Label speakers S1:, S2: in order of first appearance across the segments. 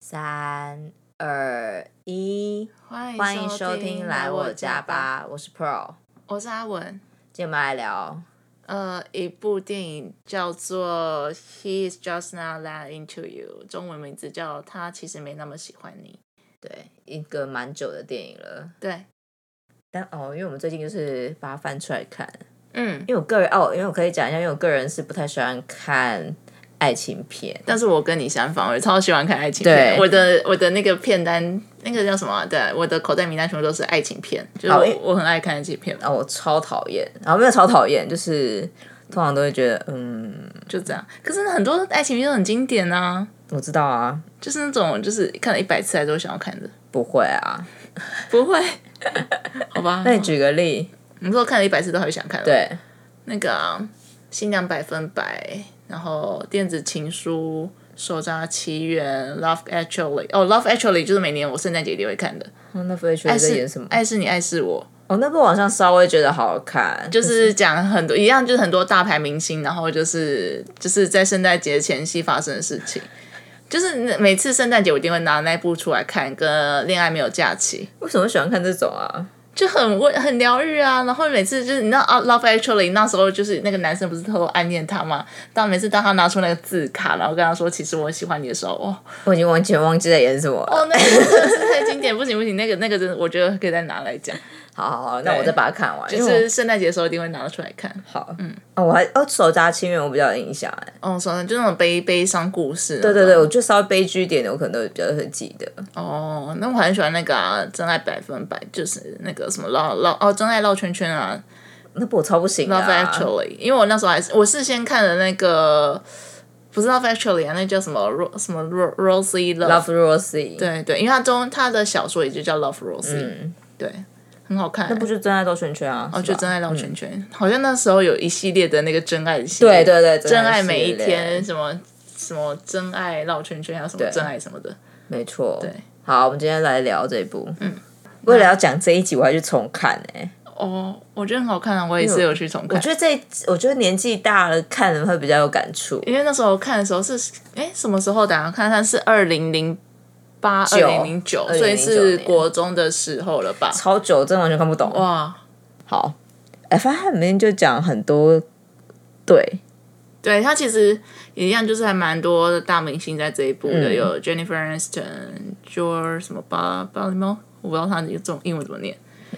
S1: 三二一，
S2: 欢
S1: 欢迎收听《来我家》，吧》，我是 Pro。
S2: 我是阿文。
S1: 今天我们来聊，
S2: 呃，一部电影叫做《He Is Just Not That Into You》，中文名字叫《他其实没那么喜欢你》。
S1: 对，一个蛮久的电影了，
S2: 对，
S1: 但哦，因为我们最近就是把它翻出来看，
S2: 嗯，
S1: 因为我个人哦，因为我可以讲一下，因为我个人是不太喜欢看爱情片，
S2: 但是我跟你相反，我超喜欢看爱情片。
S1: 对
S2: 我的我的那个片单，那个叫什么啊、对，我的口袋名单全部都是爱情片，就是
S1: 好
S2: 我
S1: 诶哦
S2: 我很爱看爱情片，
S1: 然后我超讨厌，然后没有超讨厌，就是通常都会觉得，嗯，
S2: 就这样。可是很多爱情片都很经典啊，
S1: 我知道啊，
S2: 就是那种就是看了一百次还是会想要看的。
S1: 不会啊，
S2: 不 会，好吧？
S1: 那你举个例，
S2: 你说看了一百次都还会想看？，
S1: 对，
S2: 那个、啊《新娘百分百》，然后《电子情书》。手札奇缘、Love Actually，哦、l o v e Actually 就是每年我圣诞节一定会看的。
S1: 哦哎那飞雪
S2: 爱
S1: 在
S2: 是
S1: 演什么？
S2: 爱是你，爱是我，
S1: 哦，那部好像稍微觉得好看，就
S2: 就是讲很多一样，就是很多大牌明星，然后就是就是在圣诞节前夕发生的事情。就是那每次圣诞节我一定会拿那部出来看，跟《恋爱没有假期》。
S1: 为什么喜欢看这种啊？
S2: 就很温很疗愈啊。然后每次就是你知道啊，《Love Actually》那时候就是那个男生不是偷偷暗恋她吗？当每次当他拿出那个字卡，然后跟他说其实我喜欢你的时候，哦
S1: 我已经完全忘记在演什么了。
S2: 哦，那个真是太经典，不行不行，那个那个真的我觉得可以再拿来讲，
S1: 好好好，那我再把它看完。
S2: 就
S1: 因为
S2: 是圣诞节的时候一定会拿出来看。
S1: 我好，嗯，哦，我还哦，手札情缘我比较有印象哎。
S2: 哦，算了，就那种悲悲伤故事。啊
S1: 对对对，，我就稍微悲剧一点的，我可能都比较会记得。
S2: 哦，那我很喜欢那个、啊《真爱百分百》，就是那个什么绕绕哦，《真爱绕圈圈》啊，
S1: 那部我超不行的
S2: Love
S1: 啊、
S2: Actually，因为我那时候还是我是先看的那个，不是 Love Actually 啊，那叫什么 Ro 什么 Ro Rosie Love，,
S1: Love Rosie，，
S2: 对对，因为它中它的小说也就叫 Love Rosie，、
S1: 嗯，
S2: 对，很好看、
S1: 那不就真爱绕圈圈啊？
S2: 哦，就真
S1: 爱。
S2: 爱绕圈圈、好像那时候有一系列的那个真爱系
S1: 对
S2: 列，
S1: 对对，
S2: 真爱每
S1: 系
S2: 一
S1: 列
S2: 天，什么什么真爱绕圈圈，还有什么
S1: 对
S2: 真爱什么的，
S1: 没错。
S2: 对，
S1: 好，我们今天来聊这一部。嗯，为了要讲这一集，我还去重看哎、
S2: 哦，我觉得很好看啊，我也是
S1: 因为
S2: 有去重
S1: 我
S2: 看。
S1: 觉得这一，我觉得年纪大了看了会比较有感触。
S2: 因为那时候看的时候是，哎，什么时候的啊？看看是二零零八、二
S1: 九
S2: 零零九，
S1: 2009
S2: 所以是
S1: 年
S2: 国中的时候了吧？
S1: 超久，真的完全看不懂。
S2: 哇，
S1: 好，哎，反正它里面就讲很多，对，
S2: 对他其实一样，就是还蛮多的大明星在这一部的，
S1: 嗯
S2: 有 Jennifer Aniston、George 什么巴巴里莫，我不知道他的中英文怎么念，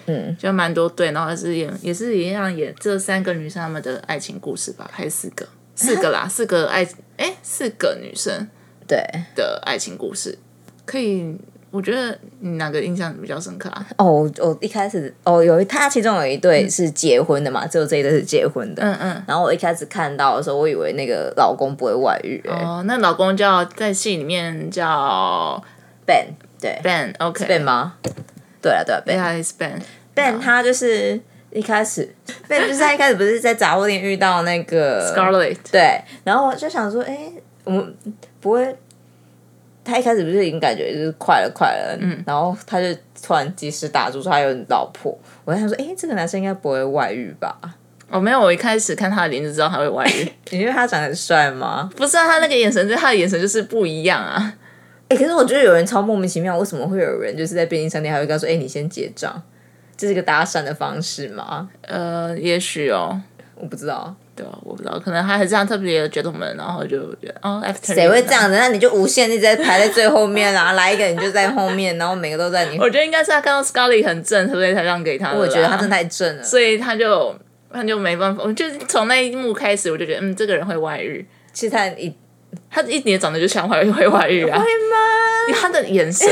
S1: 嗯，
S2: 就蛮多对，然后还是演也是一样演这三个女生她们的爱情故事吧，还是四个，四个啦，四个爱哎四个女生，
S1: 对，
S2: 的爱情故事，可以，我觉得你哪个印象比较深刻啊？
S1: 哦，我我一开始哦，有一他其中有一对是结婚的嘛，只有这一对是结婚的。
S2: 嗯嗯。
S1: 然后我一开始看到的时候，我以为那个老公不会外遇、欸
S2: 哦，那老公叫在戏里面叫
S1: Ben 对
S2: Ben，OK，、
S1: Ben 吗？对啊对啊，Ben、
S2: yeah，is Ben。
S1: Ben 他就是一开始 Ben 就是他一开始不是在杂货店遇到那个
S2: Scarlett，
S1: 对，然后我就想说，哎、我们不会，他一开始不是已经感觉就是快了快了，嗯，然后他就突然及时打住说他有老婆，我在想说，哎、这个男生应该不会外遇吧？
S2: 我、哦没有，我一开始看他的脸就知道他会外 遇。
S1: 你觉得他长得很帅吗？
S2: 不是啊，他那个眼神，他的眼神就是不一样啊。
S1: 哎、可是我觉得有人超莫名其妙，为什么会有人就是在便利商店还会跟他说，哎、你先结账，这是一个搭讪的方式吗？
S2: 呃，也许哦，
S1: 我不知道，
S2: 对啊，我不知道，可能他还是这样特别觉得我们，然后就觉得哦，after
S1: 谁会
S2: you
S1: 这样子？那你就无限一直在排在最后面啦，来一个你就在后面，然后每个都在你。
S2: 我觉得应该是他看到 Scarlett 很正，所以才让给他的啦。
S1: 我觉得他真的太正了，
S2: 所以他就他就没办法，我就是从那一幕开始，我就觉得嗯，这个人会外遇，
S1: 其实他一
S2: 他一点长得就像外会外遇啊，
S1: 会吗？
S2: 他的眼神，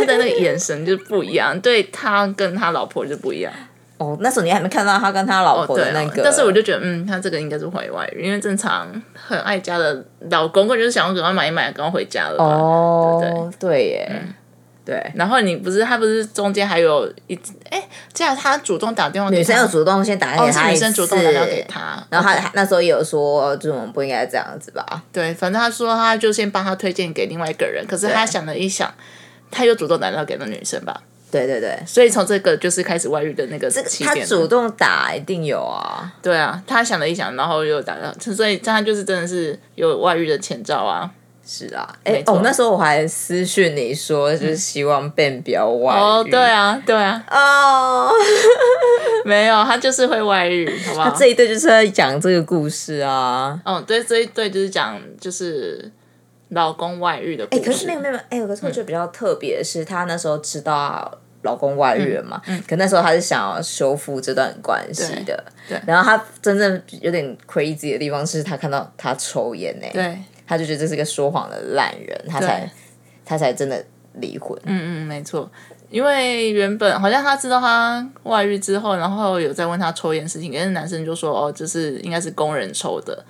S2: 他的那个眼神就不一样，对他跟他老婆就不一样，
S1: 哦，那时候你还没看到他跟他老
S2: 哦
S1: 婆
S2: 对
S1: 的
S2: 哦
S1: 那个，
S2: 但是我就觉得嗯，他这个应该是会外遇，因为正常很爱家的老公，或者就是想要赶快买一买，赶快回家了吧。
S1: 哦，对耶，
S2: 嗯
S1: 对，
S2: 然后你不是他不是中间还有一哎，既然他主动打电话给
S1: 女生
S2: 他
S1: 有主动先打给
S2: 哦，是
S1: 他
S2: 女
S1: 一
S2: 生
S1: 次，
S2: 主动打电话给他，
S1: 然后他他那时候也有说，就是我们不应该这样子吧？
S2: 对，反正他说他就先帮他推荐给另外一个人，可是他想了一想，他又主动打电话给那女生吧，
S1: 对对对，
S2: 所以从这个就是开始外遇的那个
S1: 这个
S2: 起
S1: 他
S2: 点了。
S1: 主动打一定有啊，
S2: 对啊，他想了一想，然后又打到，所以这样就是真的是有外遇的前兆啊。
S1: 是啊，哎、
S2: 没错
S1: 哦，那时候我还私讯你说，就是希望变比较外语
S2: 哦，对啊，对啊，
S1: 哦，
S2: 没有，他就是会外遇，好不
S1: 他
S2: 好？
S1: 这一对就是在讲这个故事啊。
S2: 哦，对，这一对就是讲就是老公外遇的故
S1: 哎、
S2: 事。
S1: 可是没有没有，哎、可是
S2: 嗯
S1: 我觉得比较特别的是，她那时候知道老公外遇了
S2: 嗯
S1: 嘛，可那时候她是想要修复这段关系的。
S2: 对对
S1: 然后她真正有点 crazy 的地方是，她看到他抽烟呢、
S2: 对，
S1: 她就觉得这是个说谎的烂人，她
S2: 对
S1: 才她才真的离婚。
S2: 嗯嗯，没错。因为原本好像他知道他外遇之后，然后有在问他抽烟事情，可是男生就说哦，就是应该是工人抽的。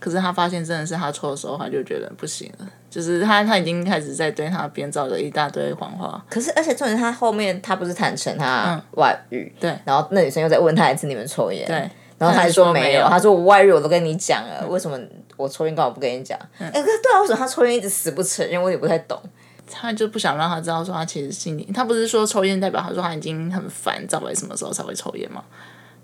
S2: 可是他发现真的是他抽的时候，他就觉得不行了，就是他他已经开始在对他编造了一大堆谎话。
S1: 可是，而且重点，她后面她不是坦诚她外遇、
S2: 嗯对
S1: 然后那女生又再问她一次你们抽烟，
S2: 对，
S1: 然后她还说
S2: 她还说没
S1: 没
S2: 有嗯
S1: 有，她说我外遇我都跟你讲了，为什么我抽烟刚好不跟你讲？哎、可是对啊，为什么她抽烟一直死不承认？我也不太懂。
S2: 他就不想让他知道说他其实心里，他不是说抽烟代表他说他已经很烦，知道为什么时候才会抽烟吗？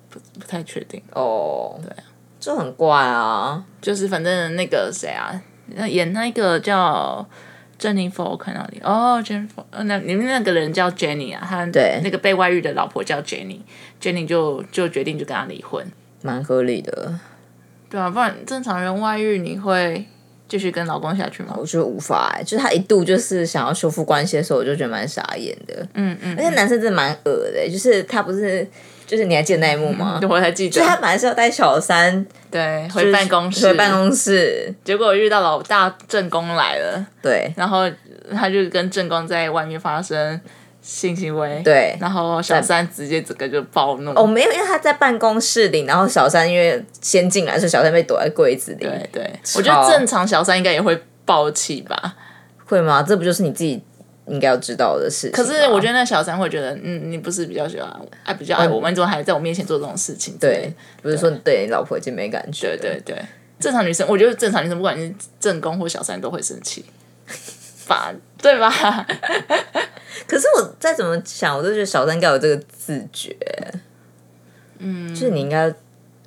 S2: 不不太确定。
S1: 哦，
S2: 啊
S1: 对，就很怪啊。
S2: 就是反正那个谁啊，那演那个叫 Jennifer 我看到你哦，Jennifer，呃那里面那个人叫 Jenny 啊，他
S1: 对
S2: 那个被外遇的老婆叫 Jenny，Jenny 就就决定就跟他离婚，
S1: 蛮合理的，
S2: 对啊，不然正常人外遇你会继续跟老公下去吗？
S1: 我觉得无法、欸，就是她一度就是想要修复关系的时候，我就觉得蛮傻眼的。
S2: 嗯嗯，
S1: 而且男生真的蛮恶的、欸就是他不是，就是你还记得那一幕吗？
S2: 我还记
S1: 就
S2: 得
S1: 哦是，他本来是要带小三
S2: 对，嗯回办公室，
S1: 回办，公室，
S2: 结果遇到老大正宫来了，
S1: 对
S2: 然后他就跟正宫在外面发生性行为，，
S1: 对。
S2: 然后小三直接整个就暴怒，
S1: 哦，没有，因为他在办公室里，然后小三因为先进来，所以小三被躲在柜子里，
S2: 对对，我觉得正常小三应该也会爆气吧。
S1: 会吗？这不就是你自己应该要知道的事情吗？
S2: 可是我觉得那小三会觉得，嗯，你不是比较喜欢我，爱比较爱我吗？你怎么还在我面前做这种事情？
S1: 对，，不是说你对你老婆已经没感觉
S2: 对
S1: 了，
S2: 对对，正常女生，我觉得正常女生不管你是正宫或小三都会生气， 吧，对吧？
S1: 可是我再怎么想，我都觉得小三应该有这个自觉，嗯，就是你应该、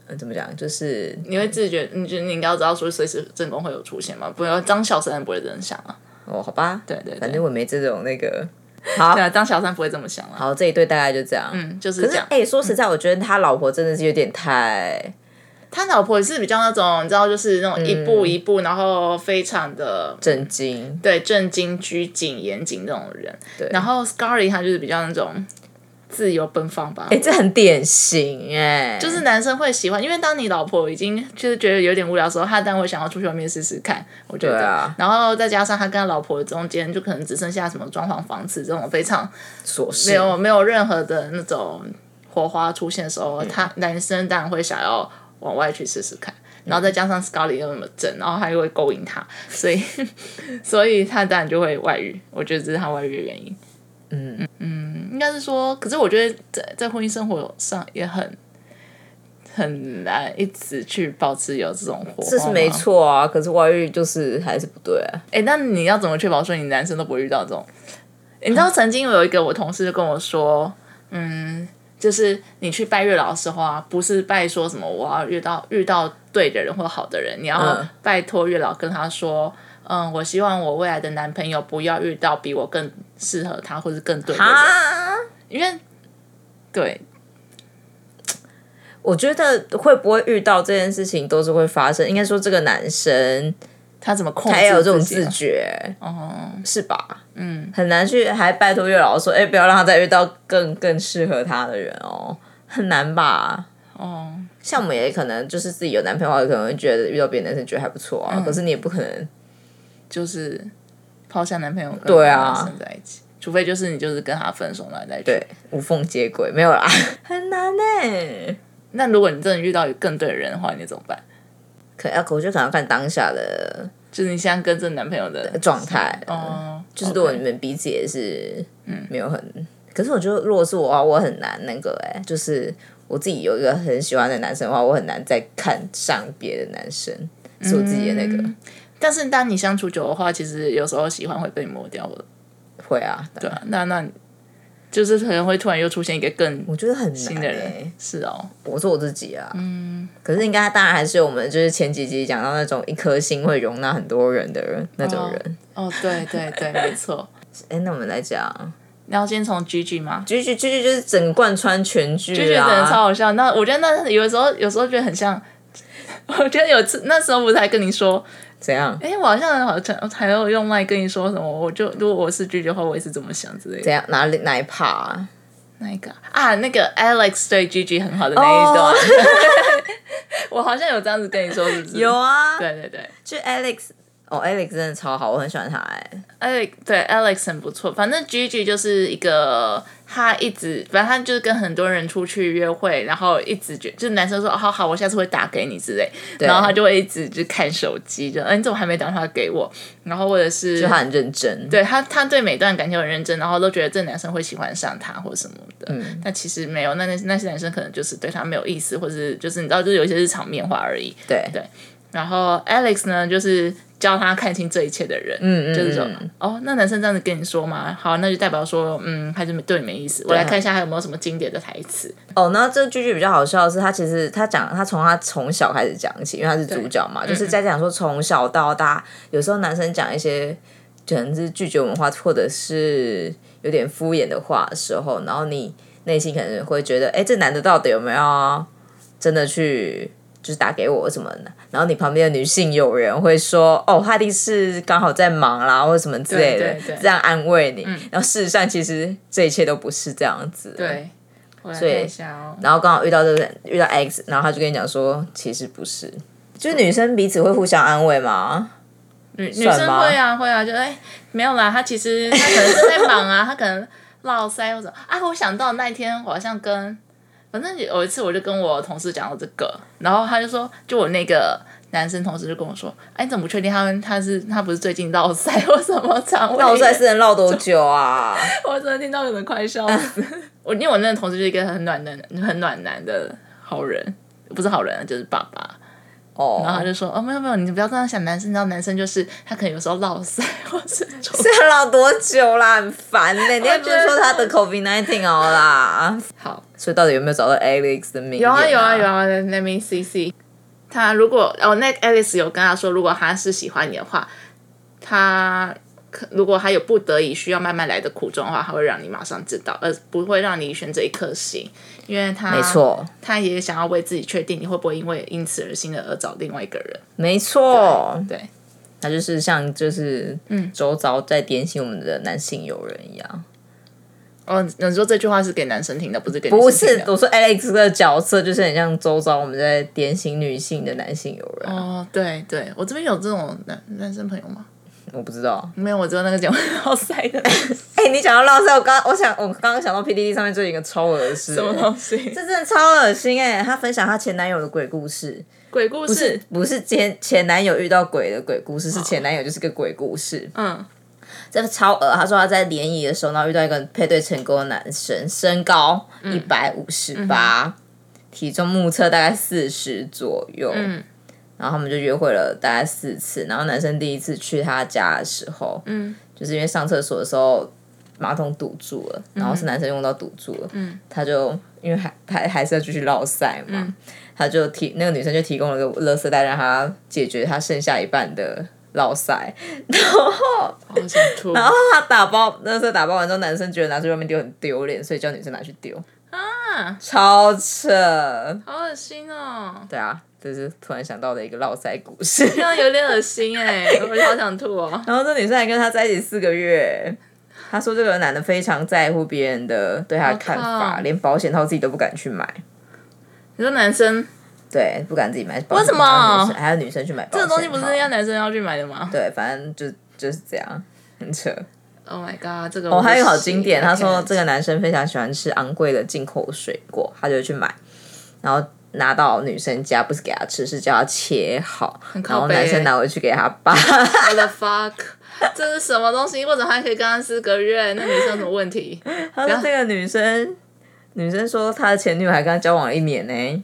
S1: 呃怎么讲，就是
S2: 你会自觉，你觉得你应该要知道说随时正宫会有出现嘛？不要当小三不会这样想啊。
S1: 哦，好吧，
S2: 对对
S1: 反
S2: 对，
S1: 正我没这种那个，好
S2: 对啊，当小三不会这么想啊。
S1: 好，这一对大概就这样。
S2: 嗯，就是
S1: 可
S2: 这
S1: 是
S2: 样。
S1: 哎、说实在，我觉得他老婆真的是有点太，
S2: 他老婆是比较那种，你知道，就是那种一步一步，然后非常的
S1: 震惊，
S2: 对正经、拘谨、严谨这种人。
S1: 对
S2: 然后 Scarly 他就是比较那种自由奔放吧。
S1: 哎、这很典型哎、
S2: 就是男生会喜欢，因为当你老婆已经就是觉得有点无聊的时候，他当然会想要出去外面试试看。我觉
S1: 对
S2: 得，
S1: 啊
S2: 然后再加上他跟他老婆中间就可能只剩下什么装潢、房子这种非常
S1: 琐事，
S2: 没有没有任何的那种火花出现的时
S1: 嗯
S2: 候，他男生当然会想要往外去试试看。
S1: 嗯
S2: 然后再加上 Scully 又那么正，然后他又会勾引他，所以 所以他当然就会外遇。我觉得这是他外遇的原因。
S1: 嗯
S2: 嗯，应该是说，可是我觉得在在婚姻生活上也很很难一直去保持有这种火花。
S1: 这是没。错啊。可是外遇就是还是不对、啊，
S2: 哎、那你要怎么确保说你男生都不会遇到这种？你知
S1: 啊
S2: 道曾经有一个我同事就跟我说，嗯，就是你去拜月老的时候啊，不是拜说什么我要遇到遇到对的人或好的人，你要
S1: 嗯
S2: 拜托月老跟他说，嗯，我希望我未来的男朋友不要遇到比我更适合他或是更对的人，
S1: 哈。
S2: 因为对
S1: 我觉得会不会遇到这件事情都是会发生，应该说这个男生
S2: 他怎么控制
S1: 他也有这种
S2: 自己
S1: 自
S2: 啊
S1: 觉，
S2: 哦，
S1: 是吧？
S2: 嗯，
S1: 很难去还拜托月老说，哎、不要让他再遇到更更适合他的人哦，很难吧？
S2: 哦，
S1: 像我们也可能就是自己有男朋友的话，可能会觉得遇到别的男生觉得还不错
S2: 嗯
S1: 啊，可是你也不可能
S2: 就是抛下男朋友跟
S1: 对啊
S2: 男生在一起，除非就是你就是跟他分手了再去。
S1: 对无缝接轨，没有啦， 很难欸呢、
S2: 那如果你真的遇到有更对的人的话，你怎么办？
S1: 可要，我觉得可能要看当下的
S2: 就是你现在跟这男朋友的
S1: 状态，
S2: 哦，
S1: 就是如果
S2: OK 嗯
S1: 你们彼此也是，没有很，可是我觉得如果是我的话，我很难那个哎、就是我自己有一个很喜欢的男生的话，我很难再看上别的男生，是我自己的那
S2: 嗯
S1: 个、
S2: 但是当你相处久的话，其实有时候喜欢会被磨掉的，
S1: 会啊，
S2: 对啊，那那就是可能会突然又出现一个更
S1: 我觉得很
S2: 新
S1: 难、
S2: 的
S1: 欸
S2: 人。，是哦，
S1: 我做我自己啊，嗯。可是应该当然还是有我们就是前几集讲到那种一颗心会容纳很多人的人那种人。
S2: 哦，对对 对，没错。
S1: 哎、那我们来讲，
S2: 你要先从 GG 吗
S1: 句句句句就是整贯穿全剧
S2: ？GG 真的超
S1: 啊。
S2: 好笑。那我觉得那有时候有时候觉得很像， 我觉得有次那时候不是还跟你说，
S1: 怎样？
S2: 哎、我好像好像还有用麦跟你说什么，我就如果我是 GG 的话，我也是这么想之类的
S1: 怎。样？哪里哪一 part 啊？
S2: 那一个啊，那个 Alex 对 GG 很好的那一段
S1: 哦
S2: 我好像有这样子跟你说，是不是？
S1: 有，啊，
S2: 对对对。
S1: 就 Alex，哦，Alex 真的超好，我很喜欢他、哎，
S2: Alex 对 Alex 很不错，反正 Gigi 就是一个他一直，反正他就是跟很多人出去约会，然后一直觉就是男生说哦好好，我下次会打给你之类，然后他就会一直就看手机，就哎、你怎么还没打电话给我？然后或者是
S1: 就他很认真。
S2: 对他他对每段感情很认真，然后都觉得这男生会喜欢上他或什么的，
S1: 嗯
S2: 但其实没有，那那那些男生可能就是对他没有意思，或者是就是你知道，就是有一些是场面话而已。
S1: 对
S2: 对然后 Alex 呢，就是教他看清这一切的人，
S1: 嗯嗯
S2: 就是说
S1: 嗯，
S2: 哦，那男生这样子跟你说嘛，好，那就代表说，嗯，他就没对你没意思。我来看一下还有没有什么经典的台词，
S1: 哦，那这个句句比较好笑的是，他其实他讲他从他从小开始讲起，因为他是主角
S2: 嗯
S1: 嘛，就是在讲说从小到大，有时候男生讲一些可能是拒绝文化或者是有点敷衍的话的时候，然后你内心可能会觉得，哎、这男的到底有没有真的去？就是打给我什么的，然后你旁边的女性友人会说：“哦，他一定是刚好在忙啦，或者什么之类的，
S2: 对对对嗯
S1: 这样安慰你。然后事实上，其实这一切都不是这样子。
S2: 对，我来看一下哦。
S1: 然后刚好遇到这个遇到 X，然后他就跟你讲说，其实不是，就是女生彼此会互相安慰嘛。
S2: 女女
S1: 算
S2: 生
S1: 吗
S2: 会啊会啊，就哎、没有啦，他其实他可能是在忙啊， 他可能落腮或者啊，我想到那一天我好像跟，反正有一次我就跟我同事讲到这个，然后他就说，就我那个男生同事就跟我说，哎、你怎么不确定他他是他不是最近落腮或什么肠胃炎
S1: 那我算是能唠多久啊？
S2: 我真的听到有人快笑死。我因为我那个同事就是一个很暖男、很暖男的好人，不是好人啊，就是爸爸。
S1: 哦，
S2: 然后他就说：“哦，没有没有，你不要这样想，男生，你知道男生就是他可能有时候落腮，或是 抽
S1: 是要唠多久啦？很烦呢、你 又不
S2: 我觉
S1: 是
S2: 得
S1: 说他的 COVID nineteen 哦啦？
S2: 好。
S1: 所以到底有没有找到 Alex 的名、
S2: 有啊有啊有
S1: 啊！
S2: 啊，Let me see see。他如果哦，那 Alice 有跟他说，如果他是喜欢你的话，他可如果他有不得已需要慢慢来的苦衷的话，他会让你马上知道，而不会让你选择一颗心，因为他
S1: 没错，
S2: 他也想要为自己确定你会不会因为因此而心的而找另外一个人。
S1: 没错，
S2: 对，
S1: 他就是像就是嗯，周遭在点醒我们的男性友人一样。
S2: 哦，你说这句话是给男生听的，不是给女
S1: 不
S2: 生听
S1: 是
S2: 的，
S1: 我说 Alex 这个角色就是很像周遭我们在点醒女性的男性友人啊，
S2: 哦，对对，我这边有这种男男生朋友吗？
S1: 我不知道。
S2: 没有，我只有那个讲好塞 的
S1: 哎、你讲到浪费，我刚我想我刚刚想到 PDD 上面最近一个超恶心，
S2: 什么东西？
S1: 这真的超恶心哎、她分享她前男友的鬼故事，
S2: 鬼故
S1: 不
S2: 事
S1: 是。不是前前男友遇到鬼的鬼故事，是前男友就是个鬼故事，
S2: 嗯，
S1: 这个超恶。她说她在联谊的时候，然后遇到一个配对成功的男生，身高
S2: 嗯
S1: 一百五十八，体重目测大概四十左右，
S2: 嗯
S1: 然后他们就约会了大概四次，然后男生第一次去她家的时候，
S2: 嗯
S1: 就是因为上厕所的时候马桶堵住了，然后是男生用到堵住了，
S2: 嗯
S1: 他就因为还还还是要继续绕塞嘛，他就提那个女生就提供了个垃圾袋让他解决他剩下一半的绕塞，
S2: 好想吐。
S1: 然后他打包垃圾打包完之后，男生觉得拿去外面丢很丢脸，所以叫女生拿去丢，
S2: 啊，
S1: 超扯，
S2: 好恶心哦，
S1: 对啊，这是突然想到的一个绕塞故事。
S2: 这样有点恶心哎、我好想吐哦。
S1: 然后这女生还跟他在一起四个月，她说这个男的非常在乎别人的对她的看
S2: 我
S1: 法，
S2: 靠
S1: 连保险套自己都不敢去买，
S2: 你说男生
S1: 对，不敢自己买保
S2: 为
S1: 险
S2: 什
S1: 套。
S2: 么
S1: 还有女生还有女生去买保
S2: 这
S1: 险
S2: 个
S1: 套
S2: 东西不是要男生要去买的吗
S1: 对，反正就就是这样，很扯。
S2: ？Oh my god，这个
S1: 哦，
S2: 我
S1: 还有一个好
S2: 不行
S1: 经典，他说
S2: I can't
S1: 这个男生非常喜欢吃昂贵的进口水果，他就去买，然后拿到女生家，不是给她吃，是叫她切好，然
S2: 靠
S1: 后
S2: 北
S1: 男生
S2: 欸
S1: 拿回去给他 爸。
S2: What the fuck，这是什么东西？或者还可以跟他四个月，那女生有什么问题？
S1: 他说这个女 生，女生说她的前女友还跟他交往了一年呢、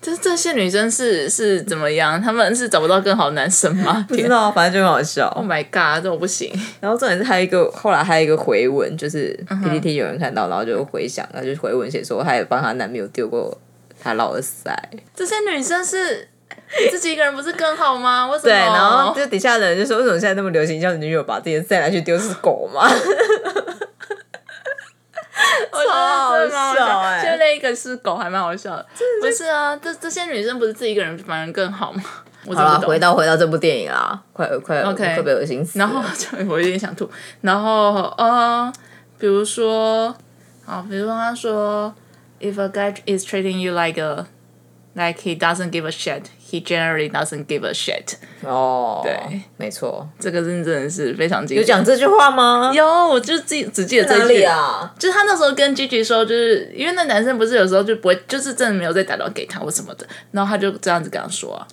S2: 就是这些女生是是怎么样？她们是找不到更好的男生吗？
S1: 不知
S2: 天
S1: 道，反正就很好笑。
S2: ，Oh my god，这我不行。
S1: 然后重点是还有一个，后来还有一个回文，就是
S2: 嗯
S1: PPT 有人看到，然后就回想，然后就回文写说，她也帮她男朋友丢过她老二塞。
S2: 这些女生是自己一个人不是更好吗？为什么？
S1: 对，然后就底下的人就说，为什么现在那么流行叫女友把自己的塞拿去丢是狗吗？
S2: 我觉得真的蛮
S1: 超好笑欸
S2: 就那一个是狗，还蛮好笑的。不是啊，这这些女生不是自己一个人反而更好吗？我
S1: 好了，
S2: 真不懂
S1: 回到回到这部电影啦，快快
S2: OK
S1: 快被恶心死了。
S2: 然后 就我有点想吐。然后呃，比如说啊，比如说他说，If a guy is treating you like a like he doesn't give a shit, he generally doesn't give a shit。
S1: 哦，
S2: 对，
S1: 没错，
S2: 这个真真的是非常经
S1: 有讲这句话吗？
S2: 有，我就记只记得这一句
S1: 哪里啊？
S2: 就是他那时候跟 Gigi 说，就是因为那男生不是有时候就不会，就是真的没有再打电话给他或什么的，然后他就这样子跟他说啊，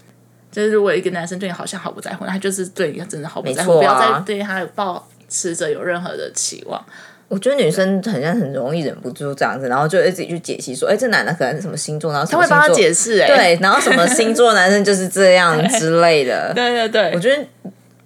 S2: 就是如果一个男生对你好像毫不在乎，他就是对你真的毫不在乎，
S1: 没
S2: 不
S1: 错
S2: 要
S1: 啊
S2: 再对他有抱持着有任何的期望。
S1: 我觉得女生很像很容易忍不住这样子，然后就会自己去解析说，哎、这男的可能是什么星座，然后什
S2: 他
S1: 么
S2: 会
S1: 星座
S2: 帮他解释、欸，
S1: 对，然后什么星座男生就是这样之类的。
S2: 对对对
S1: 我觉得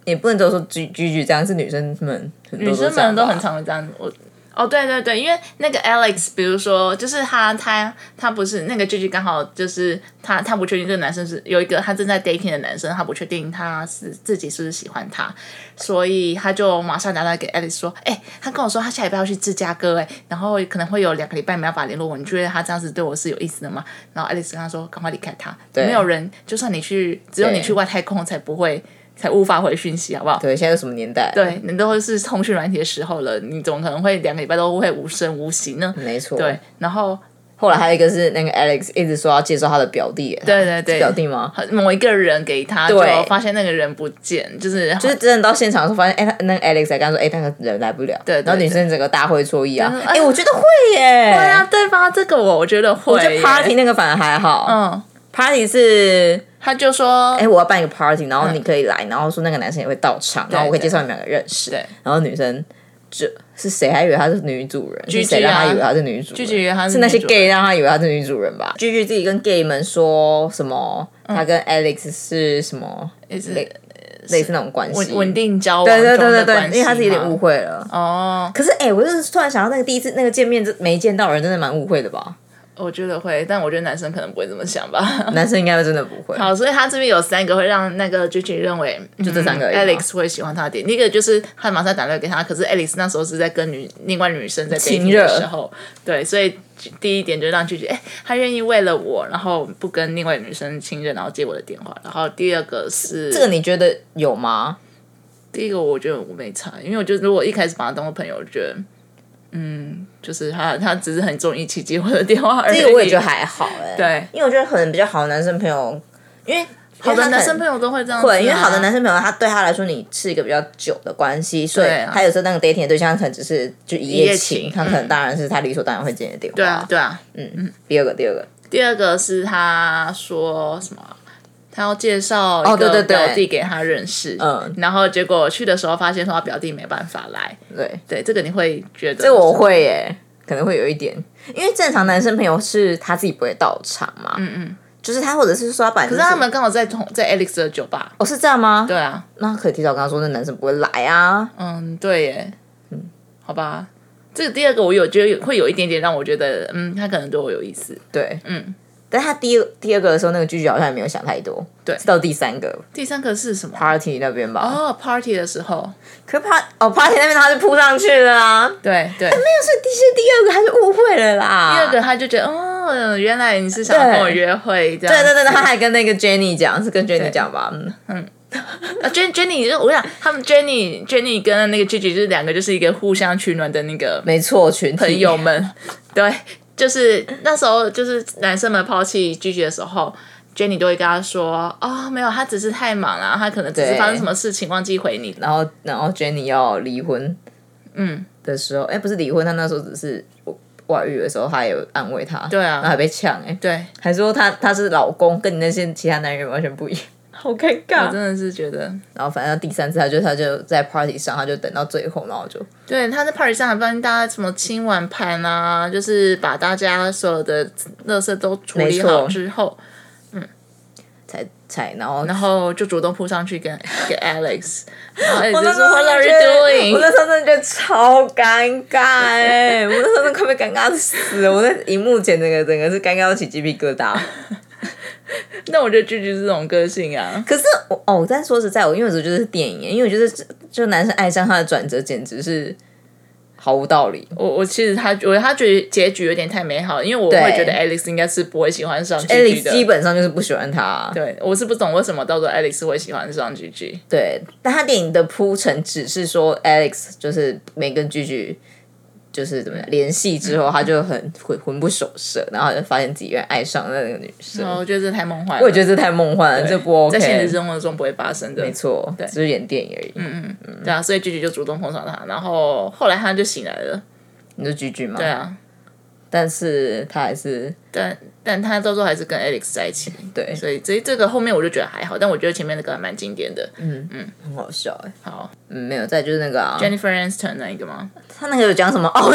S1: 也不能都说居居居这样，是女生们很多
S2: 女生
S1: 这样
S2: 们都
S1: 吧
S2: 很常会这样。我哦，对对对，因为那个 Alex，比如说，就是他他他不是那个 Gigi 刚好就是他他不确定这个男生是有一个他正在 dating 的男生，他不确定他是自己是不是喜欢他，所以他就马上打电话给 Alex 说，哎、他跟我说他下礼拜要去芝加哥、哎，然后可能会有两个礼拜没有办法联络我，你觉得他这样子对我是有意思的吗？然后 Alex 跟他说，赶快离开他，没有人，就算你去，只有你
S1: 对
S2: 去外太空才不会才无法回讯息，好不好？
S1: 对，现在是什么年代？，
S2: 对，你都是通讯软体的时候了，你怎么可能会两个礼拜都会无声无息呢？
S1: 没错。
S2: 对，，然后
S1: 后来还有一个是那个 Alex 一直说要介绍他的表弟，
S2: 对对对，
S1: 是表弟吗？
S2: 某一个人给他，就
S1: 对
S2: 发现那个人不见，就是
S1: 就是真的到现场的时候，发现哎、他那个 Alex 才刚说，哎、那个人来不了，
S2: 对对
S1: 然后女生整个大会错意啊
S2: 对，
S1: 哎、我觉得会耶，
S2: 对啊，对吧？这个我我觉得会
S1: 我觉得
S2: 耶
S1: party 那个反而还好、
S2: 嗯，
S1: p a r t y 是
S2: 他就说，
S1: 哎、我要办一个 party，然
S2: 嗯
S1: 后你可以来，然后说那个男生也会到场，然后我可以介绍你们两个认识。
S2: 对
S1: 然后女生就是谁还以为她是女主人，
S2: 居居啊
S1: 是谁让她以为她是女主人？
S2: 居居以为她是
S1: 是那些
S2: 女主人
S1: gay 让她以为她是女主人吧？居居自己跟 gay 们说什么？她跟 Alex 是什么
S2: 嗯也是
S1: 类类似那种关系？
S2: 稳稳定交往
S1: 对对
S2: 中
S1: 对
S2: 的
S1: 对对
S2: 关，
S1: 因为她
S2: 系
S1: 自己有点
S2: 嘛
S1: 误会了。
S2: 哦，
S1: 可是哎、我就是突然想到那个第一次那个见面，这没见到人，真的蛮误会的吧？
S2: 我觉得会，但我觉得男生可能不会这么想吧。
S1: 男生应该真的不会。
S2: 嗯好，所以他这边有三个会让那个 Gigi 认为就
S1: 这三个而已吗
S2: 嗯 Alex 会喜欢他的点。第一个就是他马上打电话给他，可是 Alex 那时候是在跟女另外女生在 d
S1: 亲
S2: a
S1: 热
S2: 的时候，对，所以第一点就让 Gigi 哎、他愿意为了我，然后不跟另外女生亲热，然后接我的电话。然后第二个是
S1: 这个你觉得有吗？
S2: 第一个我觉得我没差，因为我觉得如果一开始把他当做朋友，我觉得。嗯，就是他，他只是很重义气接我的电话而已。
S1: 这个我也觉得还好哎、
S2: 对，
S1: 因为我觉得可能比较好的男生朋友，因为
S2: 好的男生
S1: 友。
S2: 朋友都会这样、啊。
S1: 对，因为好的男生朋友，他对他来说，你是一个比较久的关系，所以
S2: 对啊
S1: 他有时候那个 dating 的对象可能只是就一
S2: 一夜
S1: 夜
S2: 情
S1: 情，他可能当然是他理所当然会接你的电话。
S2: 对啊，对啊，
S1: 第二个，第二个，
S2: 第二个是他说什么啊？他要介绍一
S1: 对
S2: 个
S1: 哦对对
S2: 表弟给他认识，
S1: 嗯
S2: 然后结果去的时候发现说他表弟没办法来，
S1: 对，
S2: 对，这个你会觉得
S1: 这我会耶，可能会有一点，因为正常男生朋友是他自己不会到场嘛，嗯嗯，就是他或者是说他本来
S2: 可
S1: 可
S2: 是他们刚好在同在 Alex 的酒吧，
S1: 哦是这样吗？
S2: 对啊，
S1: 那可以提早跟他说，那男生不会来啊，
S2: 嗯，对耶，嗯，好吧，这个第二个我有觉得有会有一点点让我觉得，嗯，他可能对我有意思。
S1: 对，
S2: 嗯。
S1: 但他第二第二个的时候，那个拒绝好像也没有想太多，
S2: 对
S1: 是到第三个
S2: 第三个是什么？
S1: party 那边吧，
S2: 哦，party 的时候，
S1: 可是 part 哦 party 那边他就扑上去了啊，
S2: 对对，
S1: 但是第是第二个他就误会了啦，
S2: 第二个他就觉得，哦，原来你是想要跟我约会，这样
S1: 对对
S2: 子
S1: 对，他还跟那个 Jenny 讲，是跟 Jenny 讲吧，嗯，
S2: 啊，Jen Jenny，就我想他们 Jenny Jenny 跟那个 Gigi 就是两个就是一个互相取暖的那个
S1: 没错，群体
S2: 朋友们，对，就是那时候就是男生们抛弃 Gigi 的时候。Jenny 都会跟他说：“哦，没有，他只是太忙了、啊他可能只是
S1: 对
S2: 发生什么事情忘记回你。
S1: 然后然后 Jenny 要离婚，嗯的时候，哎、不是离婚，他那时候只是外遇的时候，他也有安慰他，
S2: 对
S1: 然
S2: 啊
S1: 后还被呛，哎”，
S2: 对，
S1: 还说他他是老公，跟你那些其他男人完全不一样。好尴
S2: 我
S1: 尬
S2: 真，的是觉得，
S1: 然后反正第三次，他就他就在 party 上，他就等到最后，然后就
S2: 对，他在 party 上还帮大家什么清碗盘啊，就是把大家所有的垃圾都处
S1: 没
S2: 理
S1: 错
S2: 好之后，
S1: 才才，然后
S2: 然后就主动扑上去跟跟 Alex，然后 Alex 就说
S1: 候
S2: What
S1: 真的
S2: are you
S1: 觉得我
S2: doing？
S1: 那时候真的觉得超尴尬哎、我那时候真的快被尴尬死了，我在荧幕前那个整个是尴尬到起鸡皮疙瘩。
S2: 那我觉得句句是这种个性啊，
S1: 可是我哦，但说实在，我因为我觉得是电影耶，因为我觉得这就男生爱上他的转折简直是毫无道理。
S2: 我我其实他我他觉得结局有点太美好，因为我
S1: 对
S2: 会觉得 Alex 应该是不会喜欢上
S1: 艾
S2: G
S1: 利基
S2: G 的。
S1: 本上就是不喜欢他，
S2: 对，我是不懂为什么到时候 Alex 会喜欢上 G G。
S1: 对，但他电影的铺陈只是说 Alex 就是没跟句句就是怎么样联系之后，他就很魂魂不守舍，然后就发现自己原来爱上那个女生。
S2: 哦，我觉得这太梦幻
S1: 嗯
S2: 了。
S1: 我也觉得这太梦幻了，这不 OK，
S2: 在现实生活中不会发生的。
S1: 没错，
S2: 对
S1: 只是演电影而已。
S2: 对啊，所以 G G 就主动碰上他，然后后来他就醒来了。
S1: 你说句句嘛，
S2: 对啊，
S1: 但是他还是
S2: 但但他到最后还是跟 Alex 在一起。
S1: 对
S2: 所以这这个后面我就觉得还好，但我觉得前面那个还蛮经典的。
S1: 嗯很好笑哎。
S2: 好
S1: 嗯，没有，再就是那个啊，
S2: ，Jennifer Aniston 那一个吗？
S1: 他那个有讲什么？ 哦，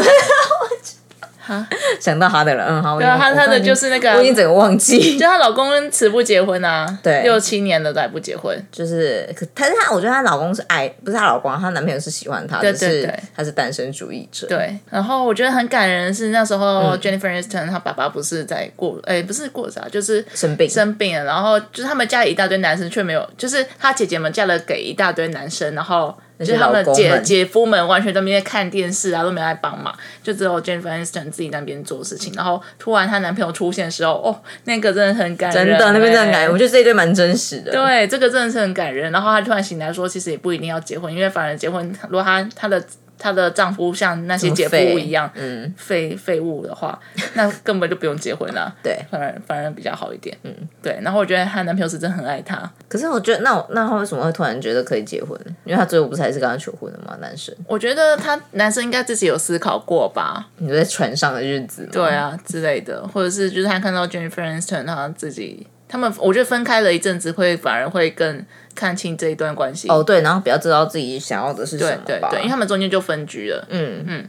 S1: 想到他的了，嗯，好，
S2: 对啊，他他的就是是那个啊，
S1: 我已经整个忘记，
S2: 就她老公迟不结婚啊，
S1: 对
S2: 六七年了都还不结婚。
S1: 就是，可但是她，我觉得她老公是爱，不是她老公啊，她男朋友是喜欢她，
S2: 对
S1: 只
S2: 对
S1: 是
S2: 对
S1: 她是单身主义者。
S2: 对，然后我觉得很感人的是那时
S1: 嗯
S2: 候 Jennifer Aniston 她爸爸不是在过，哎、不是过世啊，就是
S1: 生病
S2: 生病了，然后就是他们家里一大堆男生却没有，就是她姐姐们嫁了给一大堆男生，然后就是他
S1: 老
S2: 们
S1: 公
S2: 姐
S1: 们
S2: 姐夫们完全都没在看电视啊，都没来帮忙，就只有 Jennifer Aniston 自己在那边做事情，然后突然她男朋友出现的时候，哦，那个真的很感人、
S1: 真的，那边真的
S2: 哎
S1: 感，我觉得这一对蛮真实的。
S2: 对，这个真的是很感人。然后她突然醒来说，其实也不一定要结婚，因为反而结婚，如果她她的她的丈夫像那些姐夫
S1: 废
S2: 一样，
S1: 嗯，
S2: 废废物的话，那根本就不用结婚 了。
S1: 对。
S2: 反而反而比较好一点，嗯，对。然后我觉得她男朋友是真的很爱她，
S1: 可是我觉得，那我那她为什么会突然觉得可以结婚？因为她最后不是还是跟他求婚的吗？男生，
S2: 我觉得他男生应该自己有思考过吧，
S1: 你说在船上的日子吗，
S2: 对啊之类的，或者是就是他看到 Jennifer Aniston，他自己他们，我觉得分开了一阵子会反而会更看清这一段关系。
S1: 哦对，然后比较知道自己想要的是什
S2: 对
S1: 么
S2: 对
S1: 吧。
S2: 对，因为他们中间就分居了，
S1: 嗯，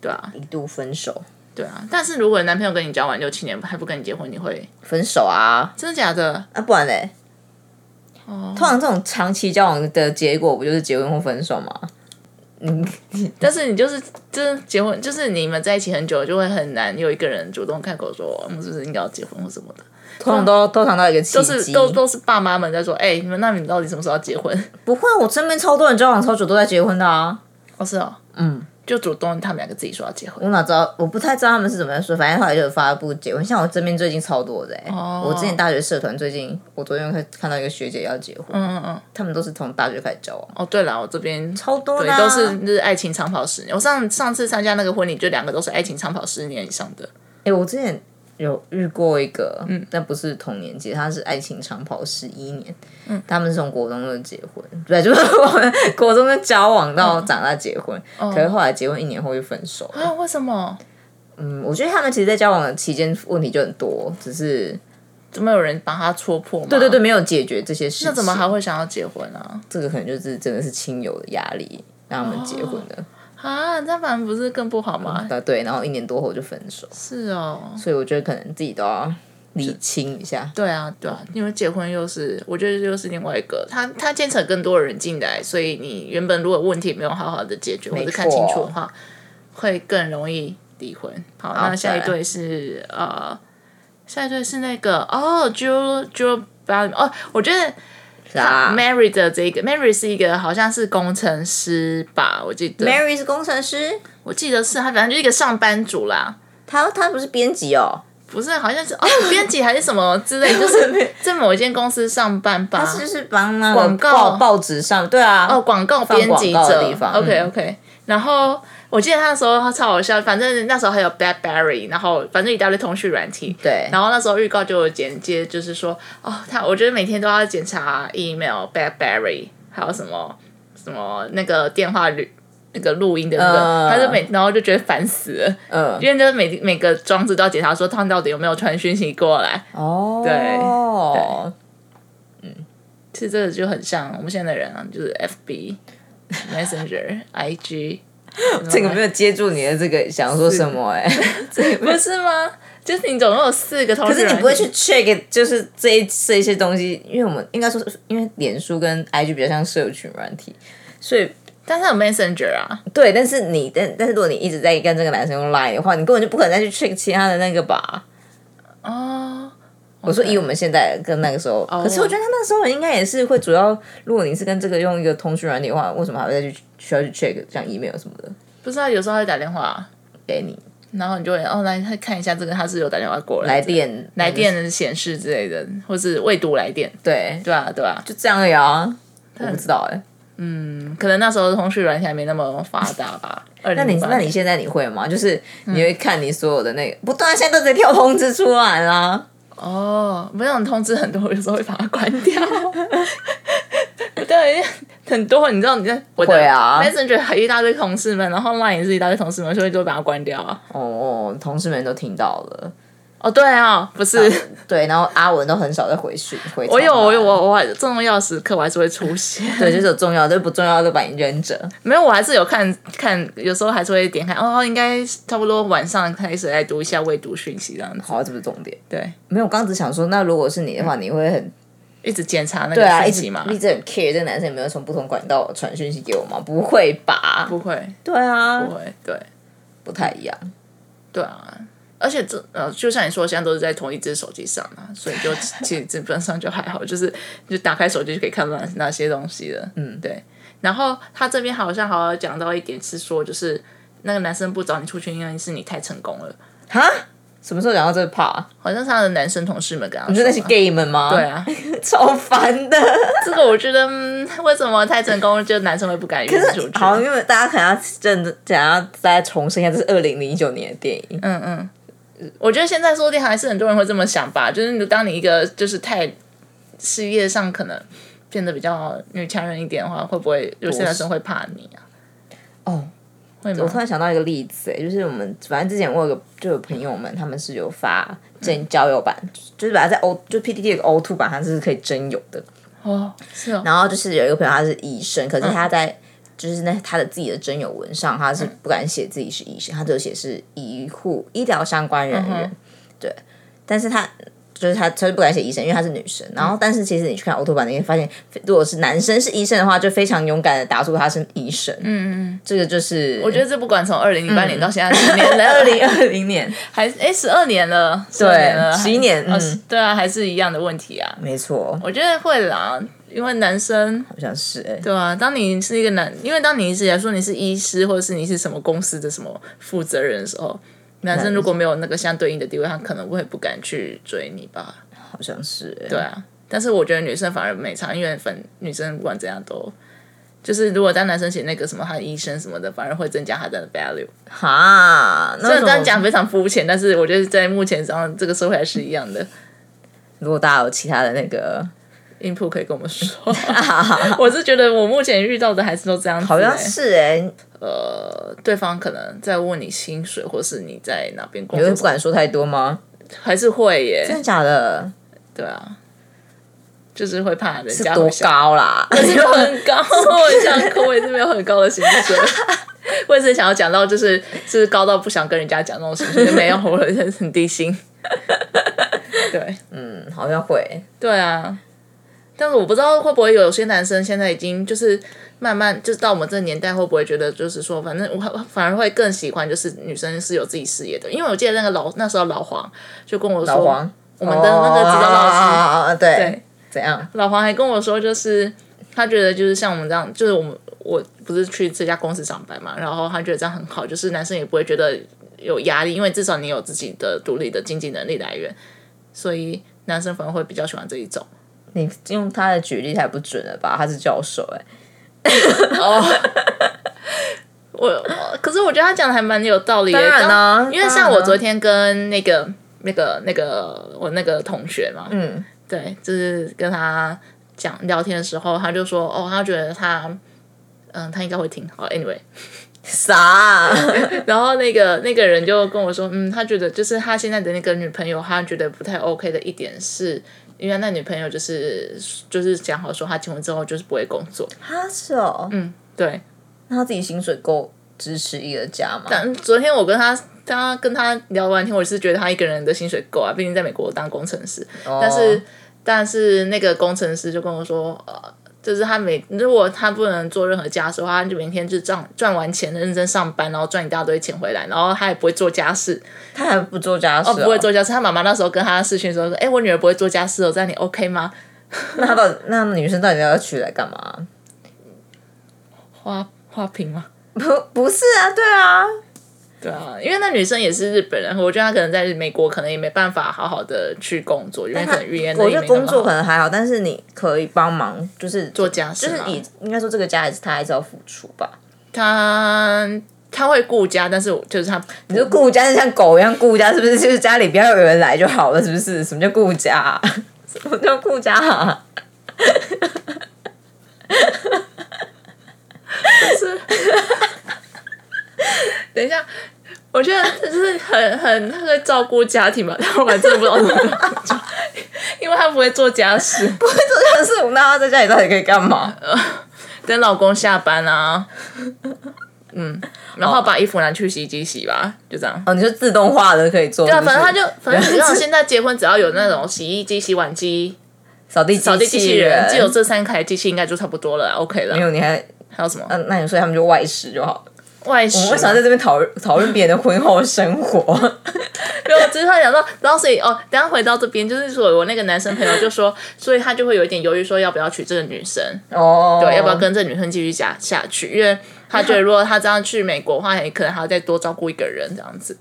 S2: 对啊，
S1: 一度分手，
S2: 对啊，但是如果你男朋友跟你交往六七年还不跟你结婚，你会
S1: 分手啊，
S2: 真的假的？
S1: 啊不然嘞。哦，通常这种长期交往的结果不就是结婚或分手吗？
S2: 但是你就是真的结婚，就是你们在一起很久，就会很难有一个人主动开口说我们是不是应该要结婚或什么的，
S1: 通常都通常到一个契机，
S2: 啊都是都都是爸妈们在说，哎、你们那你们到底什么时候要结婚？
S1: 不会，我身边超多人交往超久都在结婚的啊。
S2: 哦是哦，
S1: 嗯，
S2: 就主动他们两个自己说要结婚。
S1: 我哪知道？我不太知道他们是怎么样说，反正后来就有发布结婚。像我身边最近超多的、欸，
S2: 哦
S1: 我之前大学社团最近，我昨天看看到一个学姐要结婚，
S2: 嗯嗯嗯，
S1: 他们都是从大学开始交往，
S2: 哦对了，我这边
S1: 超多
S2: 对
S1: 的、啊，
S2: 都是就是爱情长跑十年，我上上次参加那个婚礼，就两个都是爱情长跑十年以上的。
S1: 哎、我之前有遇过一个，嗯，但不是同年纪，他是爱情长跑十一年，嗯，他们是从国中就结婚，对，就是我们 国中就交往到
S2: 嗯
S1: 长大结婚，
S2: 哦
S1: 可是后来结婚一年后就分手了。
S2: 啊，为什么？
S1: 嗯，我觉得他们其实，在交往的期间问题就很多，只是
S2: 怎么有人把他戳破吗？
S1: 对对对，没有解决这些事情。
S2: 那怎么还会想要结婚啊？
S1: 这个可能就是真的是亲友的压力让他们结婚的，
S2: 啊，那反而不是更不好吗？
S1: 啊对，然后一年多后就分手，
S2: 是哦，
S1: 所以我觉得可能自己都要理清一下。
S2: 对啊，对啊，因为结婚又是我觉得又是另外一个，他他牵扯更多人进来，所以你原本如果问题没有好好的解决或
S1: 错
S2: 者看清楚的话，会更容易离婚。好，那下一
S1: 再来
S2: 对是呃，下一对是那个哦，Jewel Jewel b a l 哦，我觉得
S1: 是啊
S2: Mary 的这个 Mary 是一个好像是工程师吧，我记得
S1: ，Mary 是工程师，
S2: 我记得是他，反正就是一个上班族啦。
S1: 他他不是编辑哦，
S2: 不是，好像是哦，编辑还是什么之类， 就是在某一间公司上班吧
S1: 他。是 就是帮那个
S2: 广告
S1: 报报纸上，对啊，
S2: 哦，广告
S1: 放
S2: 编
S1: 广
S2: 辑
S1: 告的
S2: 者
S1: 地方
S2: OK
S1: 嗯
S2: OK，、然后我记得他那时候他超好笑，反正那时候还有 BlackBerry，然后反正一大堆通讯软体。
S1: 对，
S2: 然后那时候预告就有简介，就是说哦，他我觉得每天都要检查 email、BlackBerry，还有什么什么那个电话录那个录音的那个，
S1: 嗯
S2: 他就每然后就觉得烦死了，
S1: 嗯，
S2: 因为就是每每个装置都要检查说他到底有没有传讯息过来。
S1: 哦，
S2: 对其实这个就很像我们现在的人啊，就是 FB、Messenger、IG，
S1: 这个没有接住你的这个想说什么哎、
S2: 不是吗？就是你总共有四个同
S1: 可
S2: 事，
S1: 是你不会去 check，就是这一这一些东西，因为我们应该说是，因为脸书跟 IG 比较像社群软体，所以
S2: 但是有 Messenger 啊，
S1: 对，但是你但但是如果你一直在跟这个男生用 Line 的话，你根本就不可能再去 check 其他的那个吧？
S2: 哦，
S1: 我说以我们现在跟那个时候，可是我觉得他那时候应该也是会主要，如果你是跟这个用一个通讯软体的话，为什么还会再去需要去 check 像 email 什么的
S2: 不知道有时候他会打电话、
S1: 给你
S2: 然后你就会哦来看一下这个，他是有打电话过来
S1: 来
S2: 的
S1: 电
S2: 来电的显示之类的，或是未读来电，
S1: 对，
S2: 对啊对啊，
S1: 就这样而已啊。我不知道哎、
S2: 可能那时候的通讯软件还没那么发达吧。那
S1: 那你那你现在你会吗？就是你会看你所有的那个，不对啊，现在都直接跳通知出来啦。
S2: 哦，没有通知很多，我有时候会把它关掉。 不对，很多你知道你在我的
S1: 会啊
S2: Messenger 还一大堆同事们，然后 Line 也是一大堆同事们，所以就会把它关掉啊。
S1: 哦哦，同事们都听到了，
S2: 哦，对啊，不是，
S1: 对，然后阿文都很少再回去回。
S2: 我有我有，我我还重要时刻我还是会出现。
S1: 对，就是有重要的，不重要的都把你扔着。
S2: 没有，我还是有看看，有时候还是会点开哦，应该差不多晚上开始来读一下未读讯息这样子。
S1: 好，这不是重点。
S2: 对，
S1: 没有，我刚只想说，那如果是你的话，你会很
S2: 一直检查那
S1: 对啊，
S2: 个
S1: 一
S2: 讯
S1: 直
S2: 息嘛？
S1: 一直很 care 这个男生有没有从不同管道传讯息给我吗？不会吧？
S2: 不会，
S1: 对啊
S2: 不，会，对。
S1: 不太一样。
S2: 对啊，而且这呃，就像你说，现在都是在同一只手机上嘛，所以 就其实基本上就还好，就是就打开手机就可以看到哪哪些东西了。嗯，对。然后他这边好像好像讲到一点是说，就是那个男生不找你出去，因为是你太成功了。
S1: 哈？什么时候讲到这怕？
S2: 好像是他的男生同事们跟他说嘛，
S1: 你说那些 gay 们吗？
S2: 对，啊，
S1: 超烦 的。
S2: 这个我觉得、嗯、为什么太成功了，就男生会不敢约
S1: 可
S2: 出
S1: 是
S2: 去？啊
S1: 好，因为大家可能要真的想要再重申一下，这是二零零九年的电影。
S2: 嗯嗯，我觉得现在说不定还是很多人会这么想吧，就是当你一个就是太事业上可能变得比较女强人一点的话，会不会有些男生会怕你啊？
S1: 哦，
S2: 会
S1: 我突
S2: 吗？
S1: 然想到一个例子，哎，就是我们反正之前我有个就有朋友们，他们是有发真交友版，就是把它在 O 就 PTT 有个 O two 版，它是可以真有的。
S2: 哦，是哦，
S1: 然后就是有一个朋友，他是医生，可是他在、
S2: 嗯
S1: 就是那他的自己的真友文上，他是不敢写自己是医生，他只有写是医护医疗相关人员。
S2: 嗯哼
S1: 对，但是他就是他，他就不敢写医生，因为他是女生。
S2: 嗯
S1: 然后，但是其实你去看欧托版，你会发现，如果是男生是医生的话，就非常勇敢的答出他是医生。嗯嗯，这个就是
S2: 我觉
S1: 得
S2: 得这不管从二零零八年到现在十年了，
S1: 嗯 二零二零年
S2: 还哎十二年了，对
S1: 十一年嗯
S2: 对啊，还是一样的问题啊。
S1: 没错，
S2: 我觉得会啦，因为男生
S1: 好像是哎、
S2: 对啊，当你是一个男，因为当你是来说你是医师，或者是你是什么公司的什么负责人的时候，男生如果没有那个相对应的地位，他可能会不敢去追你吧。
S1: 好像是哎、
S2: 对啊，但是我觉得女生反而没差，因为反女生不管怎样都，就是如果当男生写那个什么他的医生什么的，反而会增加他的 value。
S1: 哈，那
S2: 虽
S1: 为什
S2: 然这样
S1: 么
S2: 讲非常肤浅，但是我觉得在目前上这个社会还是一样的。
S1: 如果大家有其他的那个，
S2: input 可以跟我 们说，我是觉得我目前遇到的还是都这样子、欸，
S1: 好像是哎、
S2: 呃，对方可能在问你薪水，或是你在哪边工
S1: 你会
S2: 作，
S1: 不敢说太多吗？
S2: 还是会
S1: 真
S2: 耶，
S1: 的假的？
S2: 对啊，就是会怕人
S1: 是
S2: 家
S1: 多
S2: 会想，
S1: 高啦？
S2: 没有很 高，我也想哭，我也是没有很高的薪水。 我也是想要讲到，就是就是高到不想跟人家讲那种薪水，没有，我很很低薪。 对
S1: 嗯， 好像会。
S2: 对啊，但是我不知道会不会有些男生现在已经就是慢慢就是到我们这个年代，会不会觉得就是说，反正我反而会更喜欢就是女生是有自己事业的，因为我记得那个老那时候老黄就跟我说，
S1: 老黄，哦
S2: 我们的那个指导老师，
S1: 师，哦对
S2: 对，
S1: 怎样？
S2: 老黄还跟我说，就是他觉得就是像我们这样，就是我们我不是去这家公司上班嘛，然后他觉得这样很好，就是男生也不会觉得有压力，因为至少你有自己的独立的经济能力来源，所以男生反而会比较喜欢这一种。
S1: 你用他的举例太不准了吧？他是教授，哎，
S2: 哦，我我可是我觉得他讲的还蛮有道理的。
S1: 当然啊
S2: 刚因为
S1: 当然
S2: 像
S1: 啊
S2: 我昨天跟那个那个那个我那个同学嘛，
S1: 嗯，
S2: 对，就是跟他讲聊天的时候，他就说，哦，他觉得他。嗯，他应该会挺好。Anyway，
S1: 啥？
S2: 然后那个那个人就跟我说，嗯，他觉得就是他现在的那个女朋友，他觉得不太 OK 的一点是，因为那女朋友就是就是讲好说，他结婚之后就是不会工作。
S1: 他是哦，
S2: 嗯，对，
S1: 那他自己薪水够支持一个家吗？
S2: 嗯但昨天我跟他他跟他聊完天，我是觉得他一个人的薪水够啊，毕竟在美国当工程师。
S1: 哦
S2: 但是但是那个工程师就跟我说，呃，就是他每如果他不能做任何家事的话，他就每天就赚赚完钱认真上班，然后赚一大堆钱回来，然后他也不会做家事，
S1: 他还不做家事、哦
S2: 不会，做家事。他妈妈那时候跟他视讯的时候说，哎、我女儿不会做家事哦，这样你 OK 吗？
S1: 那他到底那女生到底要娶来干嘛？
S2: 花花瓶吗？
S1: 不不是啊，对啊，
S2: 对啊，因为那女生也是日本人，我觉得她可能在美国可能也没办法好好的去工作，因为可能语言能
S1: 我
S2: 力
S1: 觉
S2: 没
S1: 得
S2: 那
S1: 工
S2: 么
S1: 作
S2: 好
S1: 可能还好，但是你可以帮忙，就是
S2: 做家事
S1: 就是
S2: 嘛
S1: 以应该说这个家还是他还是要付出吧。
S2: 她她会顾家，但是我就是她
S1: 你说顾家是像狗一样顾家，是不是？就是家里不要有人来就好了，是不是？什么叫顾家 啊、什么叫顾 家、啊？
S2: 是，等一下，我觉得就是很很那个照顾家庭吧，但我还真的不知道怎么讲，因为她不会做家事，
S1: 这件事，那他在家里到底可以干嘛？
S2: 等老公下班啊，嗯，然后把衣服拿去洗衣机洗吧，就这样。
S1: 哦，你说自动化的可以做，
S2: 对啊，
S1: 是不
S2: 反
S1: 是
S2: 正他就反正你 知道，现在结婚只要有那种洗衣机、洗碗机、
S1: 扫地
S2: 扫地机器人，
S1: 就
S2: 就有这三台机器应该就差不多了啦，OK 了
S1: 没。有你还
S2: 还有什么
S1: 嗯、那你说他们就外食就好了。
S2: 外食？啊
S1: 我为什么要在这边讨论讨论别人的婚后生活？
S2: 没有，我只是突然想到，然后所以哦，等一下回到这边，就是说哦我那个男生朋友就说，所以他就会有一点犹豫，说要不要娶这个女生，
S1: 哦，
S2: 对，要不要跟这个女生继续下下去？因为他觉得如果他这样去美国的话，也可能还要再多照顾一个人这样子。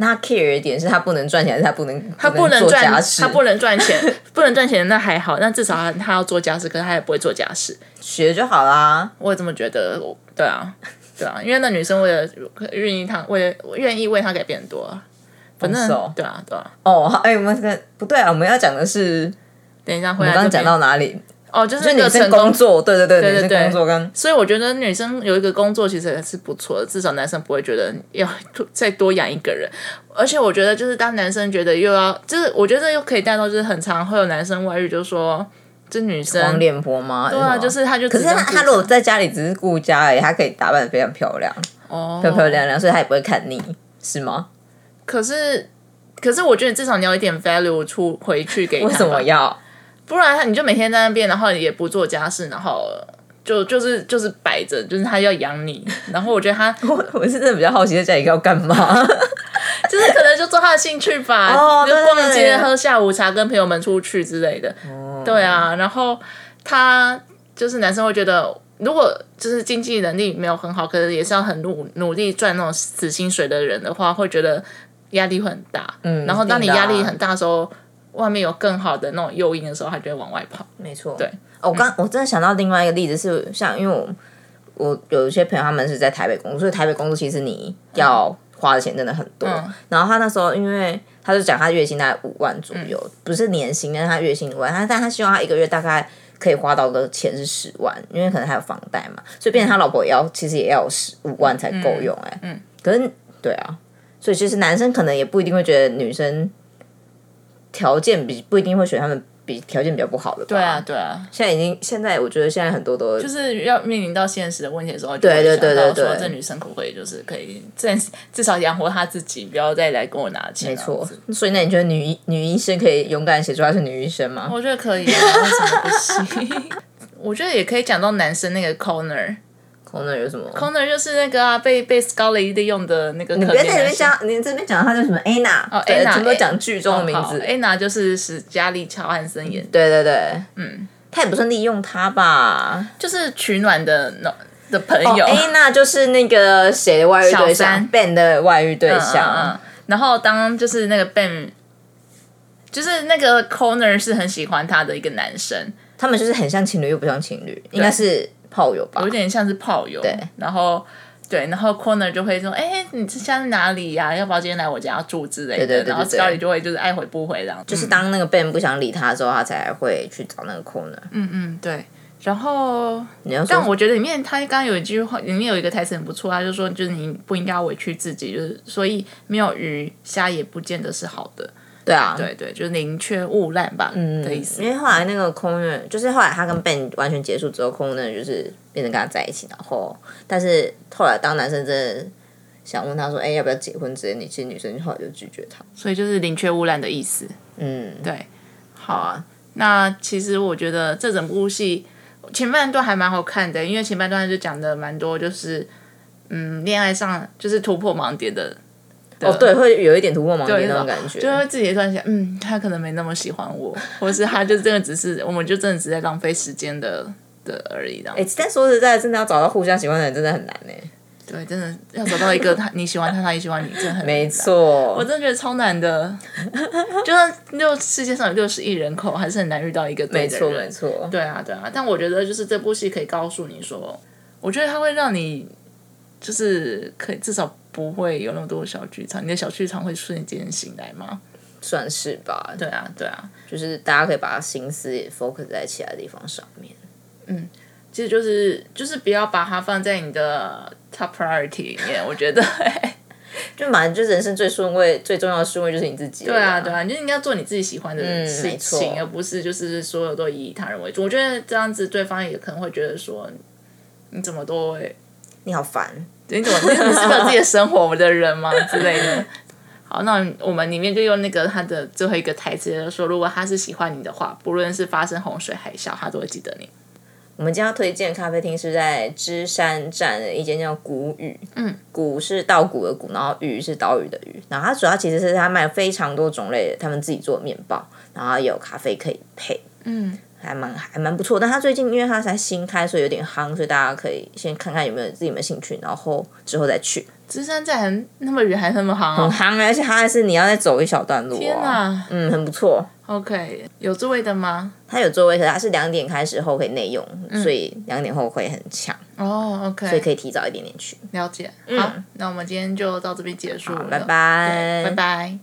S1: 那他 care 的点是他不能赚钱，还是他不能他
S2: 他不能
S1: 做
S2: 赚
S1: 家，事，
S2: 他不能赚钱， 不能赚钱那还好，那至少他他要做家事，可是他也不会做家事。
S1: 学就好啦。
S2: 我也这么觉得，我对啊，对啊，因为那女生为了愿意他为了愿意为他改变很多啊，反正
S1: 哦是哦
S2: 对啊对啊。
S1: 哦，好哎、我们这个不对啊，我们要讲的是
S2: 等一下
S1: 我
S2: 回来
S1: 们刚
S2: 这边
S1: 刚讲到哪里？
S2: 哦，就
S1: 就是女
S2: 那个
S1: 生
S2: 成
S1: 工
S2: 功，
S1: 作，对对对，
S2: 对对
S1: 女生工作跟
S2: 所以我觉得女生有一个工作其实也是不错的，至少男生不会觉得要多再多养一个人。而且我觉得就是当男生觉得又要，就是我觉得又可以带到就是很常会有男生外遇，就说这女
S1: 黄
S2: 生
S1: 脸婆吗？对
S2: 啊对啊，就是他就
S1: 可是
S2: 可
S1: 他他如果在家里只是顾家而已，他可以打扮的非常漂亮，
S2: 哦
S1: 漂漂亮亮，所以他也不会看腻，是吗？
S2: 可是，可是我觉得至少你要有一点 value 出回去给他吧
S1: 为什么要？
S2: 不然他你就每天在那边，然后也不做家事，然后就就是就是摆着，就是他要养你。然后我觉得他
S1: 我我是真的比较好奇，在家里要干嘛？
S2: 就是可能就做他的兴趣吧，
S1: 哦
S2: 就
S1: 对对
S2: 逛
S1: 对
S2: 街、喝下午茶、跟朋友们出去之类的。对啊，然后他就是男生会觉得。如果就是经济能力没有很好，可是也是要很努努力赚那种死薪水的人的话，会觉得压力会很大。
S1: 嗯
S2: 然后当你
S1: 一定的啊
S2: 压力很大的时候，外面有更好的那种诱因的时候，他就会往外跑。
S1: 没错，
S2: 对嗯
S1: 哦。我刚、我真的想到另外一个例子是，像因为我我有一些朋友他们是在台北工作，所以台北工作其实你要花的钱真的很多。
S2: 嗯
S1: 然后他那时候因为他就讲他月薪大概五万左右，不是年薪，但是他月薪五万，他但他希望他一个月大概。可以花到的钱是十万，因为可能还有房贷嘛，所以变成他老婆也要，其实也要十五万才够用哎、
S2: 嗯嗯
S1: 可是对啊，所以其实男生可能也不一定会觉得女生条件比不一定会选他们比条件比较不好的吧。
S2: 对啊，对啊，
S1: 现在已经，现在我觉得现在很多都
S2: 就是要面临到现实的问题的时候，
S1: 对
S2: 就会
S1: 对对
S2: 想到
S1: 对
S2: 说
S1: 对
S2: 这女生可不可以就是可以至至少养活她自己，不要再来跟我拿钱。啊
S1: 没
S2: 这样
S1: 错
S2: 子。
S1: 所以那你觉得女医女医生可以勇敢地写出她是女医生吗？
S2: 我觉得可以啊，为什么不行？ 我觉得也可以讲到男生那个 corner，corner
S1: 可能有什么？
S2: 就是那个啊，被被 Scully 利用的那个可
S1: 你
S2: 怜男
S1: 不要
S2: 生。
S1: 在那边讲，你这边讲她叫哦什么 Anna？
S2: 哦
S1: 对
S2: Anna，哦
S1: 全部都讲剧中的名字。
S2: 安娜就是史嘉丽·乔汉森演的，
S1: 对对对，嗯，她也不算利用她吧？
S2: 就是取暖的那的朋
S1: 哦
S2: 友。
S1: ，Anna 就是那个谁的外遇对
S2: 小
S1: 象
S2: 三
S1: ，Ben 的外遇对
S2: 嗯嗯
S1: 象
S2: 嗯。然后当就是那个 Ben，就是那个 Corner 是很喜欢他的一个男生，
S1: 他们就是很像情侣又不像情侣，应该是炮友吧
S2: 有？点像是炮友。
S1: 对，
S2: 然后。对，然后 Corner 就会说：“哎、你这家在哪里呀、要不要今天来我家住之类的？”
S1: 对对对对
S2: 然后
S1: 对
S2: Scully 就会就是爱回不回这样。就
S1: 就是当那个 Ben 不想理她的时候，她才会去找那个 Corner。
S2: 嗯嗯对。然后，
S1: 你要说
S2: 但我觉得里面他刚刚有一句话，里面有一个台词很不错，他就说：“就是你不应该委屈自己，就是所以没有鱼虾也不见得是好的。
S1: 对啊，”
S2: 对对，就是宁缺毋滥吧、
S1: 嗯
S2: 的意思
S1: 因。为后来那个空人，就是后来他跟 Ben 完全结束之后，空人就是变成跟他在一起，然后但是后来当男生真的想问他说，哎、要不要结婚之类的，你其实女生后来就拒绝他。
S2: 所以就是宁缺毋滥的意思。
S1: 嗯，
S2: 对，好啊。那其实我觉得这整部戏前半段还蛮好看的，因为前半段就讲的蛮多，就是嗯，恋爱上就是突破盲点的，
S1: 哦，对，会有一点突破盲点那种感觉。
S2: 就会自己突然想，嗯，他可能没那么喜 欢我，或是他就真的只是，我们就真的只是在浪费时间的的而已，这样
S1: 哎、但说实在的，真的要找到互相喜欢的人真的很难哎、
S2: 对，真的要找到一个他你喜欢他，他也喜欢你，真的很
S1: 没
S2: 难啊。我
S1: 错，
S2: 真的觉得超难的， 就算六世界上有六十亿人口，还是很难遇到一个对
S1: 没
S2: 的
S1: 错，
S2: 人
S1: 没错。
S2: 对啊，对啊，但我觉得就是这部戏可以告诉你说，我觉得它会让你就是可以至少不会有那么多小剧场，你的小剧场会瞬间醒来吗？
S1: 算是吧，
S2: 对啊，对啊，
S1: 就是大家可以把心思也 focus 在其他地方上面。
S2: 其实就是就是不要把它放在你的 top priority 里面，我觉得。 啊
S1: 就反正就人生最顺位、最重要的顺位就是你自己了
S2: 对啊，
S1: 啦。
S2: 对啊，你就应该做你自己喜欢的
S1: 嗯
S2: 事
S1: 没错
S2: 情，而不是就是所有都以他人为主。我觉得这样子对方也可能会觉得说，你怎么都会
S1: 你好烦，
S2: 你怎么 你是没有自己的生活的人吗之类的。 好，那我们里面就用那个他的最后一个台词就是说，如果他是喜欢你的话，不论是发生洪水海啸，他都会记得你。
S1: 我们今天要推荐的咖啡厅是在芝山站的一间叫谷雨，
S2: 嗯，
S1: 谷是稻谷的谷，然后雨是岛屿的雨。然后它主要其实是它卖非常多种类的，他们自己做的面包，然后也有咖啡可以配，
S2: 嗯，
S1: 还蛮还蛮不错。但它最近因为它才新开，所以有点夯，所以大家可以先看看有没有自己有没有兴趣，然后之后再去。
S2: 芝山站还那么远还那么行
S1: 很
S2: 哦、
S1: 夯欸，而且它还是你要再走一小段路、哦。
S2: 天哪
S1: 嗯，很不错。
S2: OK，有座位的吗？
S1: 它有座位，可是它是两点开始后可以内用，
S2: 嗯
S1: 所以两点后会很抢，
S2: 哦、o
S1: 所以
S2: k
S1: 可以提早一点点去。
S2: 嗯了解。好，那我们今天就到这边结束
S1: 好
S2: 了，
S1: 拜拜，
S2: 对拜。拜。